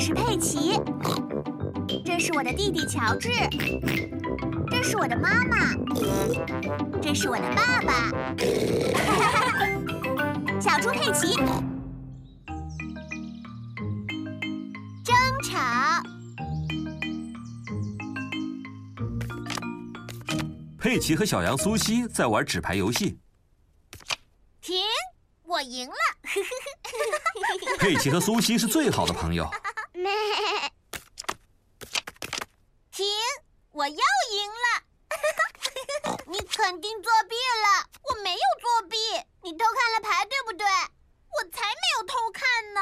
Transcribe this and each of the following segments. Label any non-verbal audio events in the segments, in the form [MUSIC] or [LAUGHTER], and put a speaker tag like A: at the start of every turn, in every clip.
A: 是佩奇，这是我的弟弟乔治，这是我的妈妈，这是我的爸 [LAUGHS] 爸，小猪佩奇。争吵，
B: 佩奇和小羊苏西在玩纸牌游戏。
C: 停！我
A: [LAUGHS]
C: 赢了。
B: 佩奇和苏西是最好的朋友。
C: [LAUGHS] 停！我又赢了。 [LAUGHS] 你肯定作弊了，我没有作弊，你偷看了牌，对不对？我才没有偷看呢。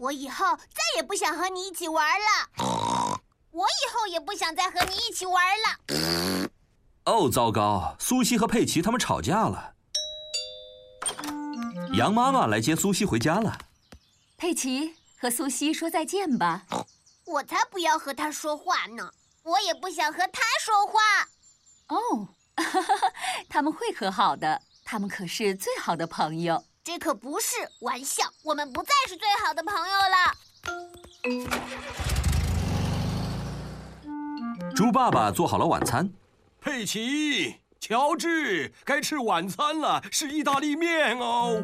C: 我以后再也不想和你一起玩了。我以后也不想再和你一起玩了。
B: 哦，糟糕！苏西和佩奇他们吵架了。羊妈妈来接苏西回家了。
D: 佩奇和苏西说再见吧。
C: 我才不要和他说话呢！我也不想和他说话。
D: 哦， [LAUGHS] 他们会和好的，他们可是最好的朋友。
C: 这可不是玩笑，我们不再是最好的朋友
B: 了。猪爸爸做好了晚餐。
E: 佩奇。乔治，该吃晚餐了，是意大利面哦。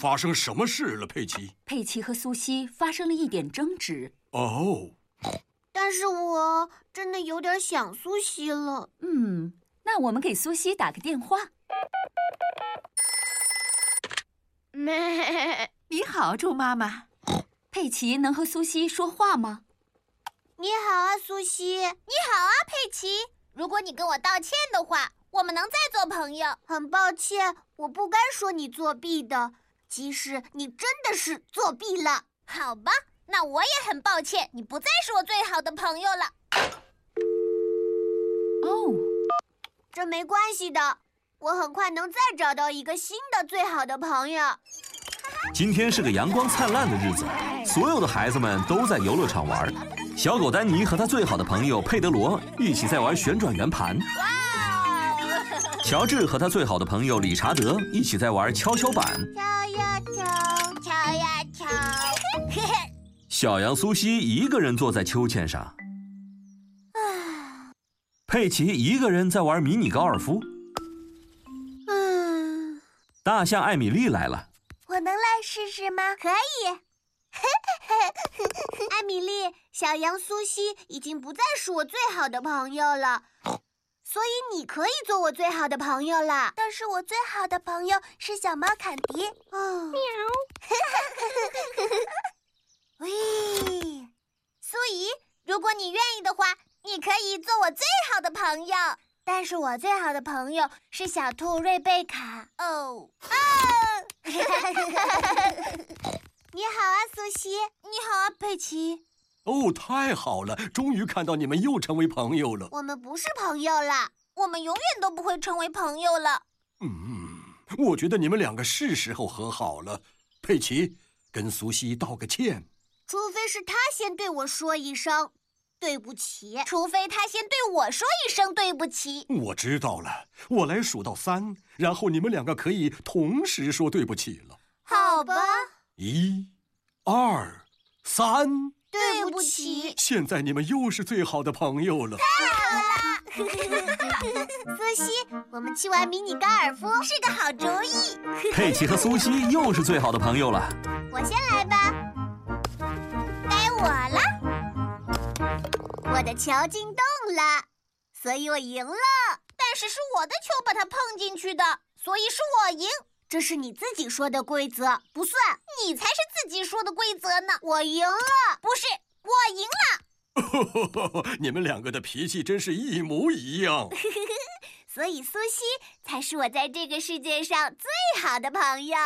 E: 发生什么事了，佩奇？
D: 佩奇和苏西发生了一点争执。
E: 哦，
C: 但是我真的有点想苏西了。
D: 嗯，那我们给苏西打个电话。
F: [LAUGHS] 你好，猪妈妈。
D: 佩奇能和苏西说话吗？
C: 你好啊，苏西。你
G: 好啊，佩奇。如果你跟我道歉的话，我们能再做朋友。
C: 很抱歉，我不该说你作弊的。即使你真的是作弊了，
G: 好吧，那我也很抱歉，你不再是我最好的朋友了。
D: 哦，
C: 这没关系的，我很快能再找到一个新的最好的朋友。
G: [LAUGHS]
B: 今天是个阳光灿烂的日子，所有的孩子们都在游乐场玩。小狗丹尼和他最好的朋友佩德罗一起在玩旋转圆盘。乔治和他最好的朋友理查德一起在玩跷跷板。
C: 敲呀敲，敲呀敲。
G: [LAUGHS]
B: 小羊苏西一个人坐在秋千上。佩奇一个人在玩迷你高尔夫。
C: 嗯。
B: 大象艾米丽来了。
H: 我能来试试吗？
C: 可以。 [LAUGHS] 艾米丽，小羊苏西已经不再是我最好的朋友了，所以你可以做我最好的朋友了。
H: 但是我最好的朋友是小猫坎迪。
C: 哦，
H: 喵。
C: 喂，
G: 苏怡，如果你愿意的话，你可以做我最好的朋友。
C: 但是我最好的朋友是小兔瑞贝卡。
G: 哦。
C: 你好啊，苏西！
G: 你好啊，佩奇！
E: 哦，太好了，终于看到你们又成为朋友了。
C: 我们不是朋友了，
G: 我们永远都不会成为朋友了。
E: 嗯，我觉得你们两个是时候和好了。佩奇，跟苏西道个歉。
C: 除非是他先对我说一声对不起，
G: 除非他先对我说一声对不起。
E: 我知道了，我来数到三，然后你们两个可以同时说对不起了。
C: 好吧。
E: 一、二、三，
C: 对不起。
E: 现在你们又是最好的朋友了。 [LAUGHS]
C: 太好了，苏西，我们去玩迷你高尔夫
G: 是个好主意。
B: 佩奇和苏西又是最好的朋友了。
C: 我先来吧，该我了。我的球进洞了，所以我赢了。
G: 但是是我的球把它碰进去的，所以是我赢。
C: 这是你自己说的规则，不算。
G: 你才是自己说的规则呢。
C: 我赢了，
G: 不是我
E: 赢了。你们两个的脾气真是一模一样。
C: 所以苏西才是我在这个世界上最好的朋友，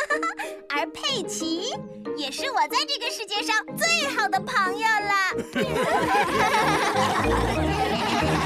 C: [LAUGHS]
G: 而佩奇也是我在这个
C: [LAUGHS]
G: 世界上最好的朋友了。
C: [LAUGHS] [LAUGHS]